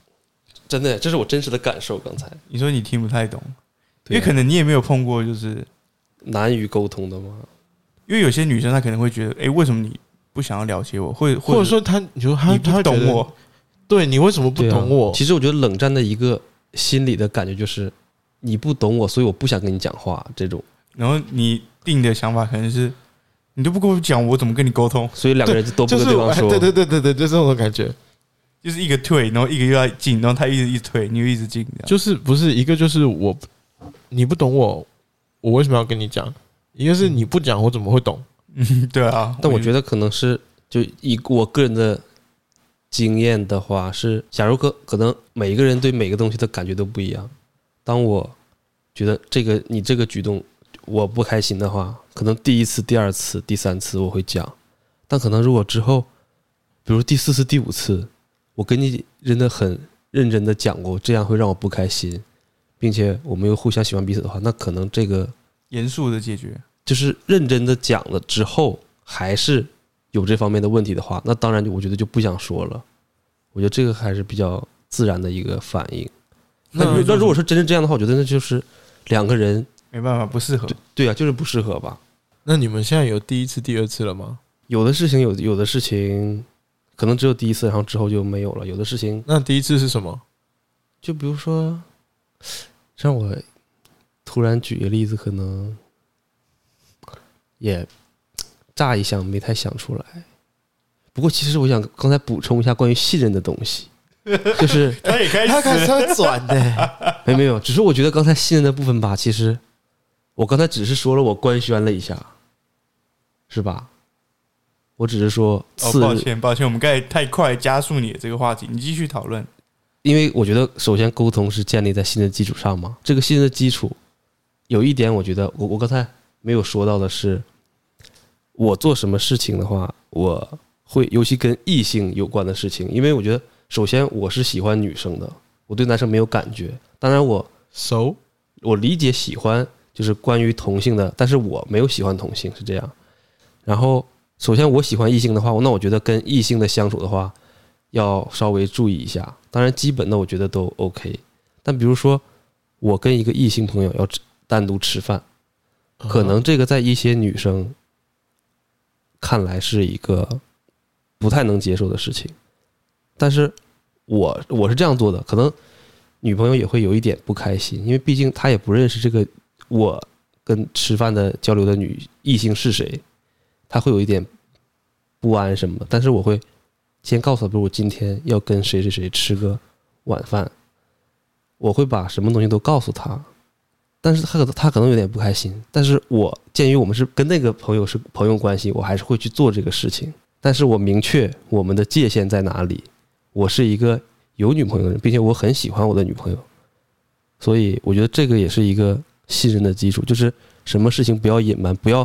S3: 真的，这是我真实的感受。刚才
S2: 你说你听不太懂，因
S3: 对
S2: 为
S3: 啊
S2: 可能你也没有碰过，就是
S3: 难于沟通的吗？
S2: 因为有些女生她可能会觉得，诶，为什么你不想要了解我，或者
S1: 或者
S2: 者
S1: 说他，你说他
S2: 你
S1: 他
S2: 不
S1: 会觉
S2: 懂
S1: 得，
S2: 我？
S1: 对你为什么不
S3: 对啊
S1: 懂我？
S3: 其实我觉得冷战的一个心理的感觉就是，你不懂我，所以我不想跟你讲话这种，
S2: 然后你定的想法可能是，你都不跟我讲，我怎么跟你沟通？
S3: 所以两个人就都不
S1: 就
S3: 跟
S1: 是
S3: 对
S1: 我
S3: 方
S1: 哎
S3: 说。
S1: 对对对对对，就是这种感觉。
S2: 就是一个退，然后一个又要进，然后他一直一直退，你又一直进，这样
S1: 就是不是一个就是我，你不懂我，我为什么要跟你讲？一个是你不讲，我怎么会懂？
S2: 嗯，对啊。
S3: 但我觉得
S2: 得
S3: 可能是就以我个人的经验的话，是假如可可能每一个人对每个东西的感觉都不一样。当我觉得这个你这个举动我不开心的话，可能第一次、第二次、第三次我会讲，但可能如果之后，比如第四次、第五次，我跟你真的很认真的讲过，这样会让我不开心，并且我们又互相喜欢彼此的话，那可能这个
S2: 严肃的解决，
S3: 就是认真的讲了之后，还是有这方面的问题的话，那当然就我觉得就不想说了。我觉得这个还是比较自然的一个反应。
S1: 嗯
S3: 那
S2: 那
S3: 如那如果说真是这样的话，我觉得那就是两个人
S2: 没办法，不适合。
S3: 对啊，就是不适合吧。
S1: 那你们现在有第一次、第二次了吗？
S3: 有的事情有有的事情可能只有第一次，然后之后就没有了。有的事情
S1: 那第一次是什么？
S3: 就比如说，让我突然举个例子，可能也乍一想没太想出来。不过，其实我想刚才补充一下关于信任的东西，就是
S2: 他也开
S1: 始转的、
S3: 没没有，只是我觉得刚才信任的部分吧，其实我刚才只是说了我官宣了一下，是吧？我只是说
S2: 哦，
S3: 次日
S2: 抱歉，抱歉，我们刚才太快加速你的这个话题，你继续讨论。
S3: 因为我觉得，首先沟通是建立在信任基础上嘛。这个信任的基础，有一点我觉得我我刚才没有说到的是，我做什么事情的话，我会尤其跟异性有关的事情，因为我觉得，首先我是喜欢女生的，我对男生没有感觉。当然我，
S1: 熟
S3: 我理解喜欢就是关于同性的，但是我没有喜欢同性是这样。然后，首先我喜欢异性的话，那我觉得跟异性的相处的话，要稍微注意一下。当然，基本的我觉得都 OK。但比如说，我跟一个异性朋友要吃单独吃饭，
S1: 嗯
S3: 可
S1: 呃
S3: 能这个在一些女生看来是一个不太能接受的事情，但是我我是这样做的，可能女朋友也会有一点不开心，因为毕竟她也不认识这个我跟吃饭的交流的女异性是谁，她会有一点不安什么的。但是我会先告诉她，比如我今天要跟谁谁谁吃个晚饭，我会把什么东西都告诉她，但是他可能他可能有点不开心，但是我鉴于我们是跟那个朋友是朋友关系，我还是会去做这个事情。但是我明确我们的界限在哪里，我是一个有女朋友的人，并且我很喜欢我的女朋友，所以我觉得这个也是一个信任的基础，就是什么事情不要隐瞒，不要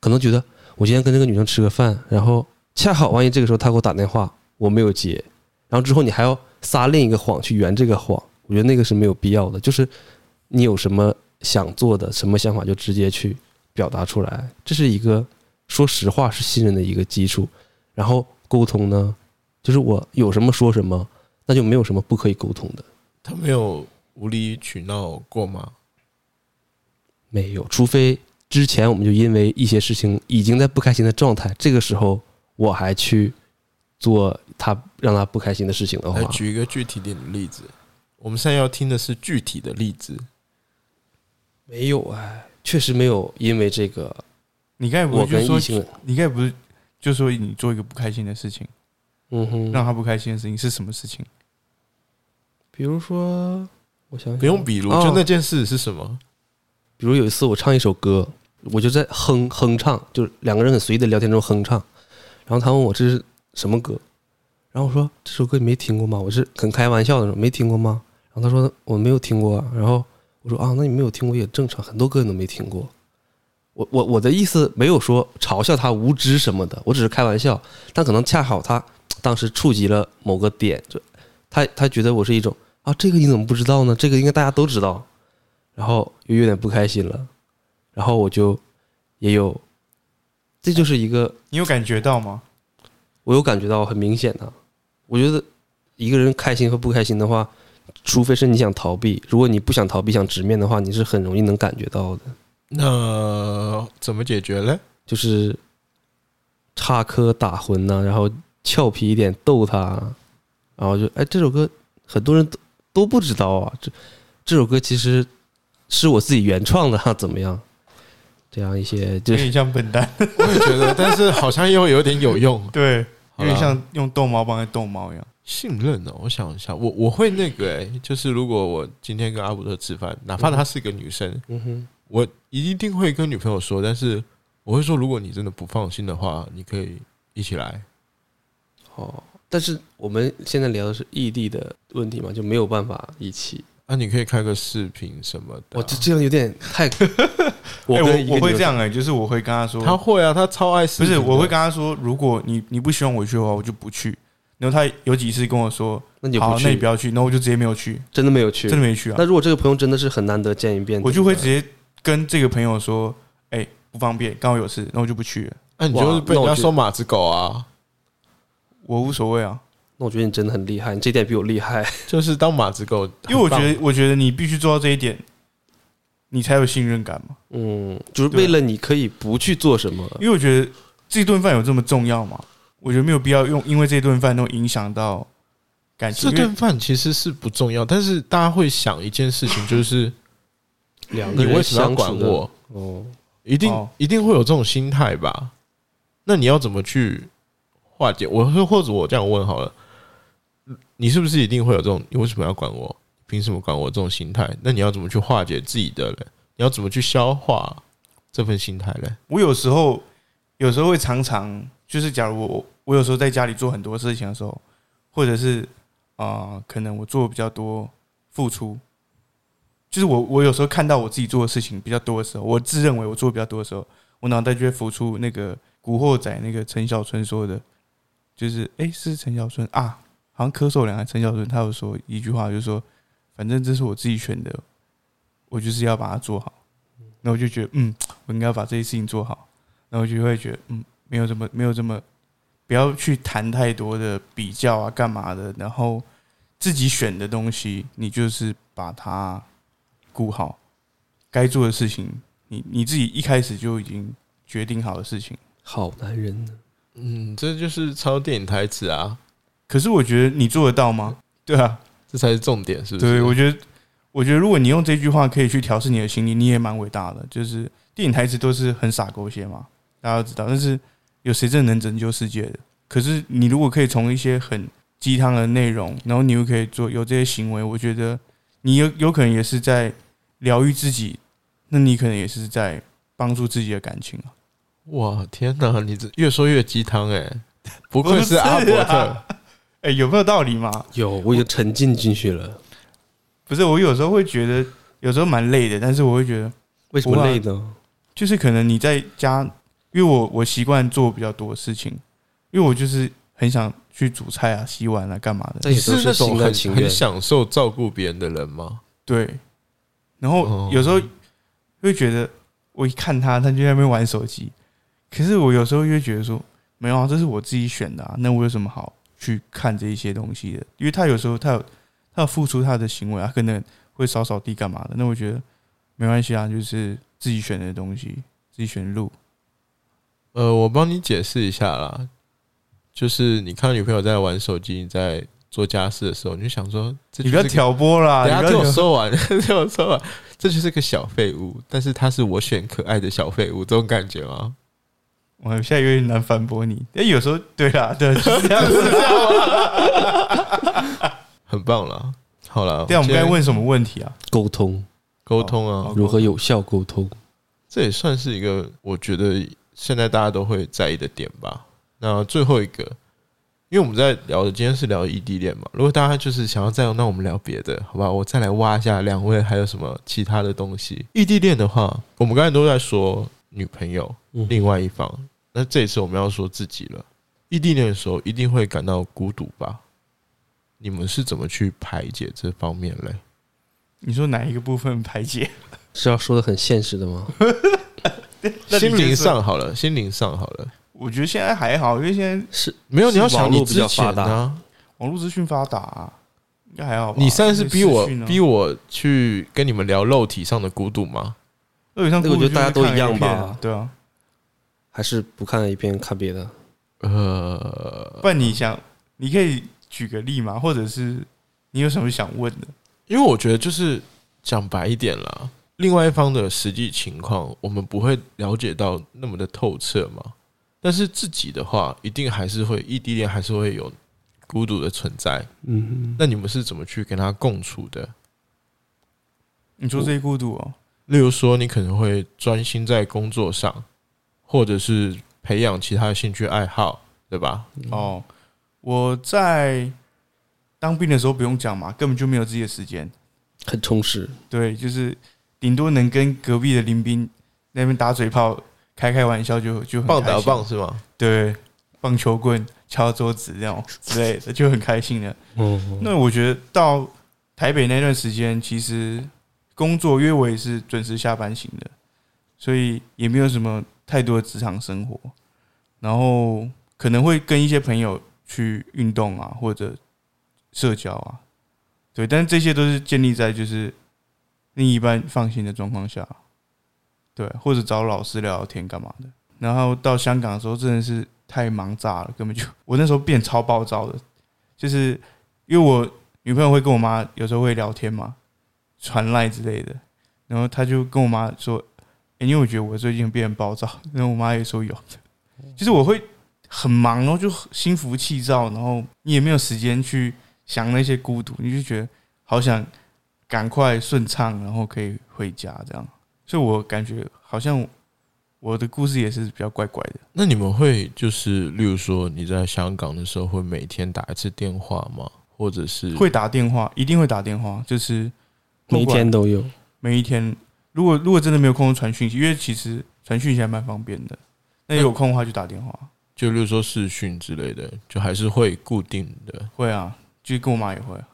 S3: 可能觉得我今天跟这个女生吃个饭，然后恰好万一这个时候她给我打电话，我没有接，然后之后你还要撒另一个谎去圆这个谎，我觉得那个是没有必要的，就是你有什么想做的、什么想法，就直接去表达出来。这是一个说实话是信任的一个基础。然后沟通呢，就是我有什么说什么，那就没有什么不可以沟通的，
S1: 他没有无理取闹过吗？
S3: 没有，除非之前我们就因为一些事情已经在不开心的状态，这个时候我还去做他让他不开心的事情的话
S1: 来，举一个具体点的例子。我们现在要听的是具体的例子。
S3: 没有哎，确实没有，因为这个
S2: 你刚才不
S3: 我
S2: 是
S3: 跟
S2: 就
S3: 异
S2: 说，
S3: 性，
S2: 你刚才不是就说你做一个不开心的事情，
S3: 嗯哼，
S2: 让他不开心的事情是什么事情？
S3: 比如说，我想想
S1: 不用比如，
S3: 哦
S1: 就那件事是什么？
S3: 比如有一次我唱一首歌，我就在哼哼唱，就是两个人很随意的聊天中哼唱，然后他问我这是什么歌，然后我说这首歌你没听过吗？我是很开玩笑的说没听过吗？然后他说我没有听过啊，然后我说啊，那你没有听过也正常，很多歌你都没听过。我我我的意思没有说嘲笑他无知什么的，我只是开玩笑。但可能恰好他当时触及了某个点，就他他觉得我是一种啊，这个你怎么不知道呢？这个应该大家都知道。然后又有点不开心了，然后我就也有，这就是一个
S2: 你有感觉到吗？
S3: 我有感觉到很明显的、我觉得一个人开心和不开心的话，除非是你想逃避，如果你不想逃避、想直面的话，你是很容易能感觉到的。
S1: 那怎么解决嘞？
S3: 就是插科打诨呐、然后俏皮一点逗他，啊然后就哎，这首歌很多人都都不知道啊，这这首歌其实是我自己原创的、啊，怎么样？这样一些就
S2: 有
S3: 是
S2: 点像笨蛋，
S1: 我也觉得， 但是好像又有点有用。
S2: 对，
S1: 好
S2: 有
S1: 啦
S2: 点像用逗猫棒在逗猫一样。
S1: 信任哦，我想一下，我我会那个诶、就是如果我今天跟阿布特吃饭，哪怕她是个女生，
S3: 嗯哼，
S1: 我一定会跟女朋友说，但是我会说，如果你真的不放心的话，你可以一起来。
S3: 哦。但是我们现在聊的是异地的问题嘛，就没有办法一起。
S1: 啊，你可以开个视频什么的、啊
S3: 哇，哦这。这样有点太…… 我
S2: 哎，
S3: 跟一个
S2: 我我会
S3: 女
S2: 这样哎，就是我会跟他说，
S1: 他会啊，他超爱视
S2: 不
S1: 频
S2: 是，
S1: 的。
S2: 我会跟他说，如果你你不希望我去的话，我就不去。然后他有几次跟我说，
S3: 那你就
S2: 好
S3: 不，
S2: 那你
S3: 去
S2: 不，要去，然后我就直接没有去，
S3: 真的没有去。
S2: 真的没去啊
S3: 那。如果这个朋友真的是很难得见一遍，
S2: 我就会直
S3: 接
S2: 接跟这个朋友说，哎，不方便，刚好有事，那我就不去了，
S1: 那、哎你就是被
S3: 哇
S1: 人
S3: 那我
S1: 家
S3: 觉
S1: 说马子狗啊，
S2: 我无所谓啊，
S3: 那我觉得你真的很厉害，你这点比我厉害。
S1: 就是当马子狗很棒，
S2: 因为我觉得，我觉得你必须做到这一点，你才有信任感嘛。
S3: 嗯， 就是为了你可以不去做什么，
S1: 嗯
S2: 因为我觉得这顿饭有这么重要吗？我觉得没有必要用，因为这顿饭都影响到感情。
S1: 这顿饭其实是不重要，但是大家会想一件事情，就是
S3: 两
S1: 你
S3: 个人
S1: 为什么要
S3: 相
S1: 管
S3: 处的
S1: 我？
S3: 哦，
S1: 一定、
S2: 哦
S1: 一定会有这种心态吧？那你要怎么去化解？我会或者我这样问好了，你是不是一定会有这种你为什么要管我？凭什么管我这种心态？那你要怎么去化解自己的嘞？你要怎么去消化这份心态嘞？
S2: 我有时候有时候会常常就是，假如我我有时候在家里做很多事情的时候，或者是啊、呃可能我做比较多付出，就是我我有时候看到我自己做的事情比较多的时候，我自认为我做比较多的时候，我脑袋就会浮出那个《古惑仔》那个陈小春说的，就是诶，是陈小春啊，好像咳嗽两下，陈小春他有说一句话，就是说反正这是我自己选的，我就是要把它做好。那我就觉得，嗯，我应该要把这些事情做好，然后就会觉得，嗯，没有这么没有这么，不要去谈太多的比较啊，干嘛的，然后自己选的东西，你就是把它顾好，该做的事情，你你自己一开始就已经决定好的事情。
S3: 好男人呢，
S1: 嗯，这就是抄电影台词啊，
S2: 可是我觉得你做得到吗？对啊，
S1: 这才是重点，是不是？
S2: 对，我觉得，我觉得如果你用这句话可以去调试你的心理，你也蛮伟大的。就是电影台词都是很傻狗血嘛，大家都知道。但是有谁真的能拯救世界的？可是你如果可以从一些很鸡汤的内容，然后你又可以做有这些行为，我觉得你有有可能也是在疗愈自己，那你可能也是在帮助自己的感情啊。
S1: 哇，天哪，你这越说越鸡汤哎， 不
S2: 不
S1: 愧是阿伯特。
S2: 啊，哎、有没有道理嘛？
S3: 有我已经沉浸进去了。
S2: 不是，我有时候会觉得，有时候蛮累的，但是我会觉得。
S3: 为什么累呢？
S2: 就是可能你在家，因为我我习惯做比较多事情，因为我就是很想去煮菜啊、洗碗啊、干嘛的。
S3: 但
S1: 你
S3: 也都
S1: 是那种
S3: 心甘
S1: 很
S3: 情
S1: 很
S3: 愿。
S1: 享受照顾别人的人吗？
S2: 对，然后
S1: 哦
S2: 有时候会觉得，我一看他，他就在那边玩手机，可是我有时候又会觉得说，没有啊，这是我自己选的啊，那我有什么好去看这一些东西的？因为他有时候他有他有付出他的行为啊，他可能会扫扫地干嘛的，那我觉得没关系啊，就是自己选的东西，自己选的路。
S1: 呃，我帮你解释一下啦，就是你看女朋友在玩手机，你在做家事的时候，你就想说，这
S2: 你不要
S1: 就是个，
S2: 挑拨啦，
S1: 等一下
S2: 你不
S1: 听
S2: 要
S1: 我
S2: 挑
S1: 说完， 听我说完，这就是个小废物，但是他是我选可爱的小废物，这种感觉吗？
S2: 我现在有点难反驳你，但有时候对啦，对，啊就是这样啊子。
S1: 很棒啦，好了，
S2: 对啊，我们
S1: 今
S2: 该
S1: 天
S2: 问什么问题啊？
S3: 沟通
S1: 沟通
S2: 好
S1: 啊，
S3: 如何有效沟通？
S1: 这也算是一个我觉得现在大家都会在意的点吧。那最后一个因为我们在聊的今天是聊异地恋嘛，如果大家就是想要再用，那我们聊别的，好吧？我再来挖一下两位还有什么其他的东西。异地恋的话，我们刚才都在说女朋友，
S3: 嗯
S1: 另外一方，那这一次我们要说自己了。异地恋的时候一定会感到孤独吧？你们是怎么去排解这方面嘞？
S2: 你说哪一个部分排解？
S3: 是要说的很现实的吗？
S2: 那你
S1: 心灵
S2: 先说
S1: 上好了，心灵上好了，
S2: 我觉得现在还好，因为现在
S3: 是
S1: 没有你要
S3: 是网
S1: 想你
S3: 络比
S1: 之
S3: 较
S1: 前
S3: 发达
S1: 啊，
S2: 网络资讯发达、啊应该还好吧。
S1: 你现在是逼我逼
S2: 我，
S1: 我去跟你们聊肉体上的孤独吗？
S2: 那有像
S3: 那个我觉得大家都一样吧
S2: 看 A 片啊对啊，
S3: 还是不看一遍看别的？
S1: 呃，
S2: 不然你想，你可以举个例嘛，或者是你有什么想问的？
S1: 因为我觉得就是讲白一点啦，另外一方的实际情况，我们不会了解到那么的透彻嘛。但是自己的话，一定还是会异地恋，还是会有孤独的存在。
S3: 嗯，
S1: 那你们是怎么去跟他共处的？
S2: 你说这一孤独哦，
S1: 例如说，你可能会专心在工作上，或者是培养其他的兴趣爱好，对吧？
S3: 嗯
S2: 哦，我在当兵的时候不用讲嘛，根本就没有自己的时间。
S3: 很充实。
S2: 对，就是顶多能跟隔壁的林兵那边打嘴炮、开开玩笑就就很
S1: 棒
S2: 开
S1: 打
S2: 心
S1: 棒，是吗？
S2: 对，棒球棍、敲桌子那种之类的，就很开心了。
S3: 嗯，
S2: 那我觉得到台北那段时间，其实工作，因为我也是准时下班型的，所以也没有什么太多的职场生活。然后可能会跟一些朋友去运动啊，或者社交啊，对，但是这些都是建立在就是另一半放心的状况下，对，或者找老师聊聊天干嘛的。然后到香港的时候，真的是太忙炸了，根本就我那时候变超暴躁的，就是因为我女朋友会跟我妈有时候会聊天嘛，传赖之类的，然后她就跟我妈说、诶因为我觉得我最近变得暴躁，然后我妈也说哎有，就是我会很忙，然后就心浮气躁，然后你也没有时间去想那些孤独，你就觉得好想赶快顺畅，然后可以回家这样，所以我感觉好像我的故事也是比较怪怪的。
S1: 那你们会就是，例如说你在香港的时候，会每天打一次电话吗？或者是
S2: 会打电话，一定会打电话，就是不
S3: 每一
S2: 管
S3: 天都有。
S2: 每一天。如果如果真的没有空就传讯息，因为其实传讯息还蛮方便的。那有空的话就打电话，
S1: 就例如说视讯之类的，就还是会固定的。
S2: 会啊，就是跟我妈也会啊，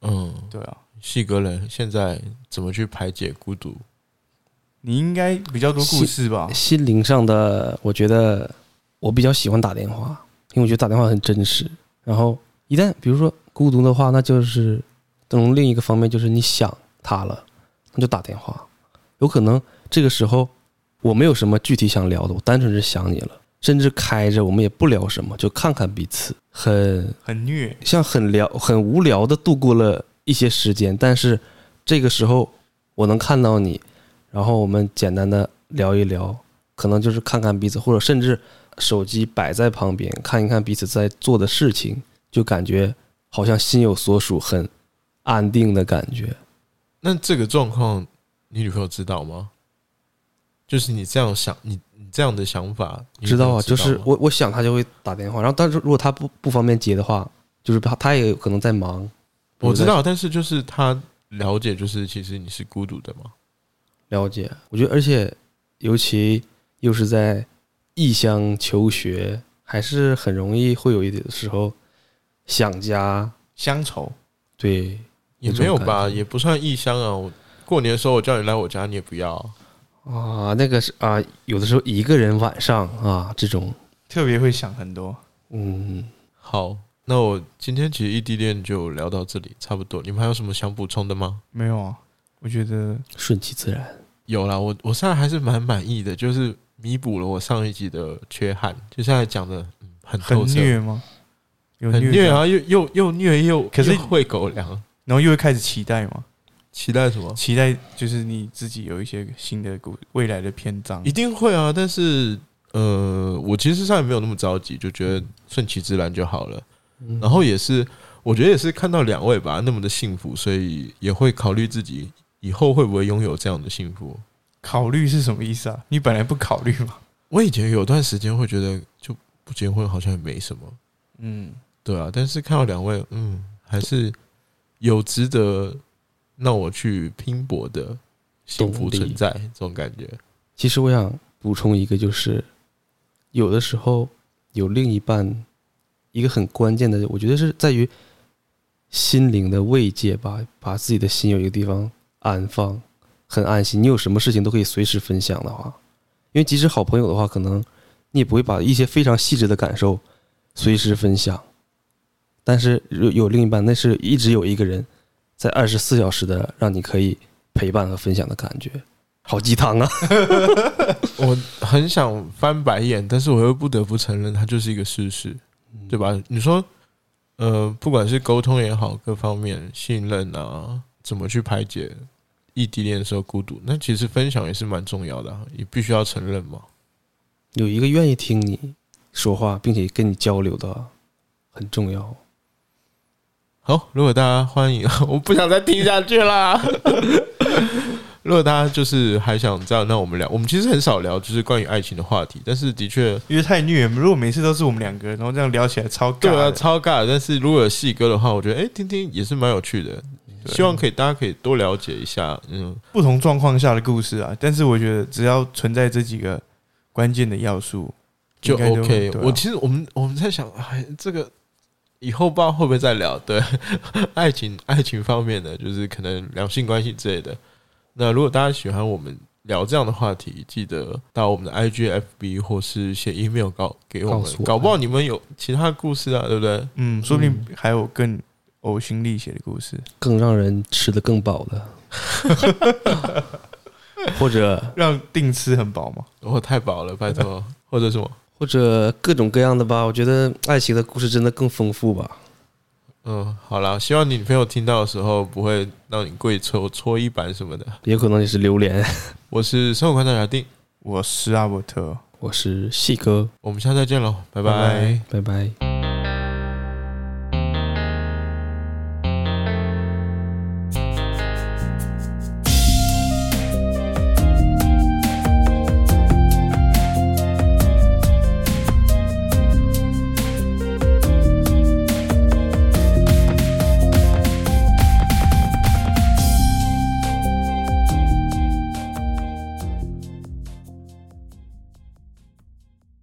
S1: 嗯，
S2: 对啊。
S1: 细格人现在怎么去排解孤独？
S2: 你应该比较多故事吧？
S3: 心灵上的，我觉得我比较喜欢打电话，因为我觉得打电话很真实。然后一旦比如说孤独的话，那就是从另一个方面就是你想他了，那就打电话。有可能这个时候我没有什么具体想聊的，我单纯是想你了，甚至开着我们也不聊什么，就看看彼此，很
S2: 很虐，
S3: 像很聊很无聊的度过了一些时间，但是这个时候我能看到你，然后我们简单的聊一聊，可能就是看看彼此，或者甚至手机摆在旁边看一看彼此在做的事情，就感觉好像心有所属，很安定的感觉。
S1: 那这个状况，你女朋友知道吗？就是你这样想，你你这样的想法，你
S3: 知
S1: 女朋
S3: 道
S1: 友
S3: 啊，就是
S1: 吗
S3: 我我想他就会打电话，然后但是如果他不不方便接的话，就是他他也有可能在忙。
S1: 我知道，但是就是他了解，就是其实你是孤独的嘛。
S3: 了解，我觉得，而且尤其又是在异乡求学，还是很容易会有一点时候想家。
S2: 乡愁。
S3: 对，
S1: 也没有
S3: 这种
S1: 吧，
S3: 感觉
S1: 也不算异乡啊。我过年的时候我叫你来我家，你也不要啊、
S3: 啊，那个是啊，有的时候一个人晚上啊，这种
S2: 特别会想很多。
S3: 嗯，
S1: 好，那我今天其实异地恋就聊到这里，差不多。你们还有什么想补充的吗？
S2: 没有啊，我觉得
S3: 顺其自然。
S1: 有啦，我我现在还是蛮满意的，就是弥补了我上一集的缺憾，就现在讲的、嗯、很
S2: 很
S1: 透彻，
S2: 虐吗？有
S1: 很
S2: 虐
S1: 虐
S2: 啊，
S1: 啊，又又又虐又，
S2: 可是
S1: 又会狗粮，
S2: 然后又会开始期待嘛，
S1: 期待什么？
S2: 期待就是你自己有一些新的故未来的篇章
S1: 一。定会啊，但是呃，我其实上也没有那么着急，就觉得顺其自然就好了。
S3: 嗯
S1: 然后也是，我觉得也是看到两位吧那么的幸福，所以也会考虑自己以后会不会拥有这样的幸福。
S2: 考虑是什么意思啊？你本来不考虑吗？
S1: 我以前有段时间会觉得，就不结婚好像也没什么，
S2: 嗯，
S1: 对啊，但是看到两位，嗯，还是有值得让我去拼搏的幸福存在这种感觉。
S3: 其实我想补充一个，就是有的时候有另一半，一个很关键的，我觉得是在于心灵的慰藉吧，把自己的心有一个地方安放，很安心。你有什么事情都可以随时分享的话，因为即使好朋友的话，可能你也不会把一些非常细致的感受随时分享，但是有有另一半，那是一直有一个人在二十四小时的让你可以陪伴和分享的感觉，好鸡汤啊！
S1: 我很想翻白眼，但是我又不得不承认，它就是一个事实，对吧？你说，呃，不管是沟通也好，各方面信任啊，怎么去排解异地恋的时候孤独，那其实分享也是蛮重要的、啊，也必须要承认嘛。
S3: 有一个愿意听你说话，并且跟你交流的，很重要。
S1: 好，如果大家欢迎， 我不想再听下去啦。 如果大家就是还想这样，那我们聊，我们其实很少聊就是关于爱情的话题，但是的确，
S2: 因为太虐。如果每次都是我们两个，然后这样聊起来超尬
S1: 对啊，
S2: 的，
S1: 超尬。但是如果有细歌的话，我觉得哎、听听也是蛮有趣的。希望可以，大家可以多了解一下。嗯，
S2: 不同状况下的故事啊。但是我觉得只要存在这几个关键的要素，
S1: 就
S2: 应该
S1: OK
S2: 对。啊
S1: 我其实我们我们在想，哎，这个以后不知道会不会再聊。对， 爱情爱情方面的，就是可能两性关系之类的。那如果大家喜欢我们聊这样的话题，记得到我们的 IG、FB 或是写 email 告给我
S3: 告
S1: 们
S3: 诉我，们
S1: 搞不好你们有其他故事啊，对不对？
S2: 嗯，说不定还有更呕心沥血的故事，
S3: 更让人吃的更饱的，或者
S2: 让定吃很饱嘛。
S1: 我哦太饱了，拜托，或者什么，
S3: 或者各种各样的吧。我觉得爱情的故事真的更丰富吧。
S1: 嗯，好啦，希望你女朋友听到的时候不会让你跪搓搓衣板什么的。
S3: 也可能也是榴莲。
S1: 我是生活观察小丁，
S2: 我是阿伯特。
S3: 我是细哥，
S1: 我们下次再见喽，拜
S2: 拜
S1: 拜
S2: 拜
S3: 拜拜。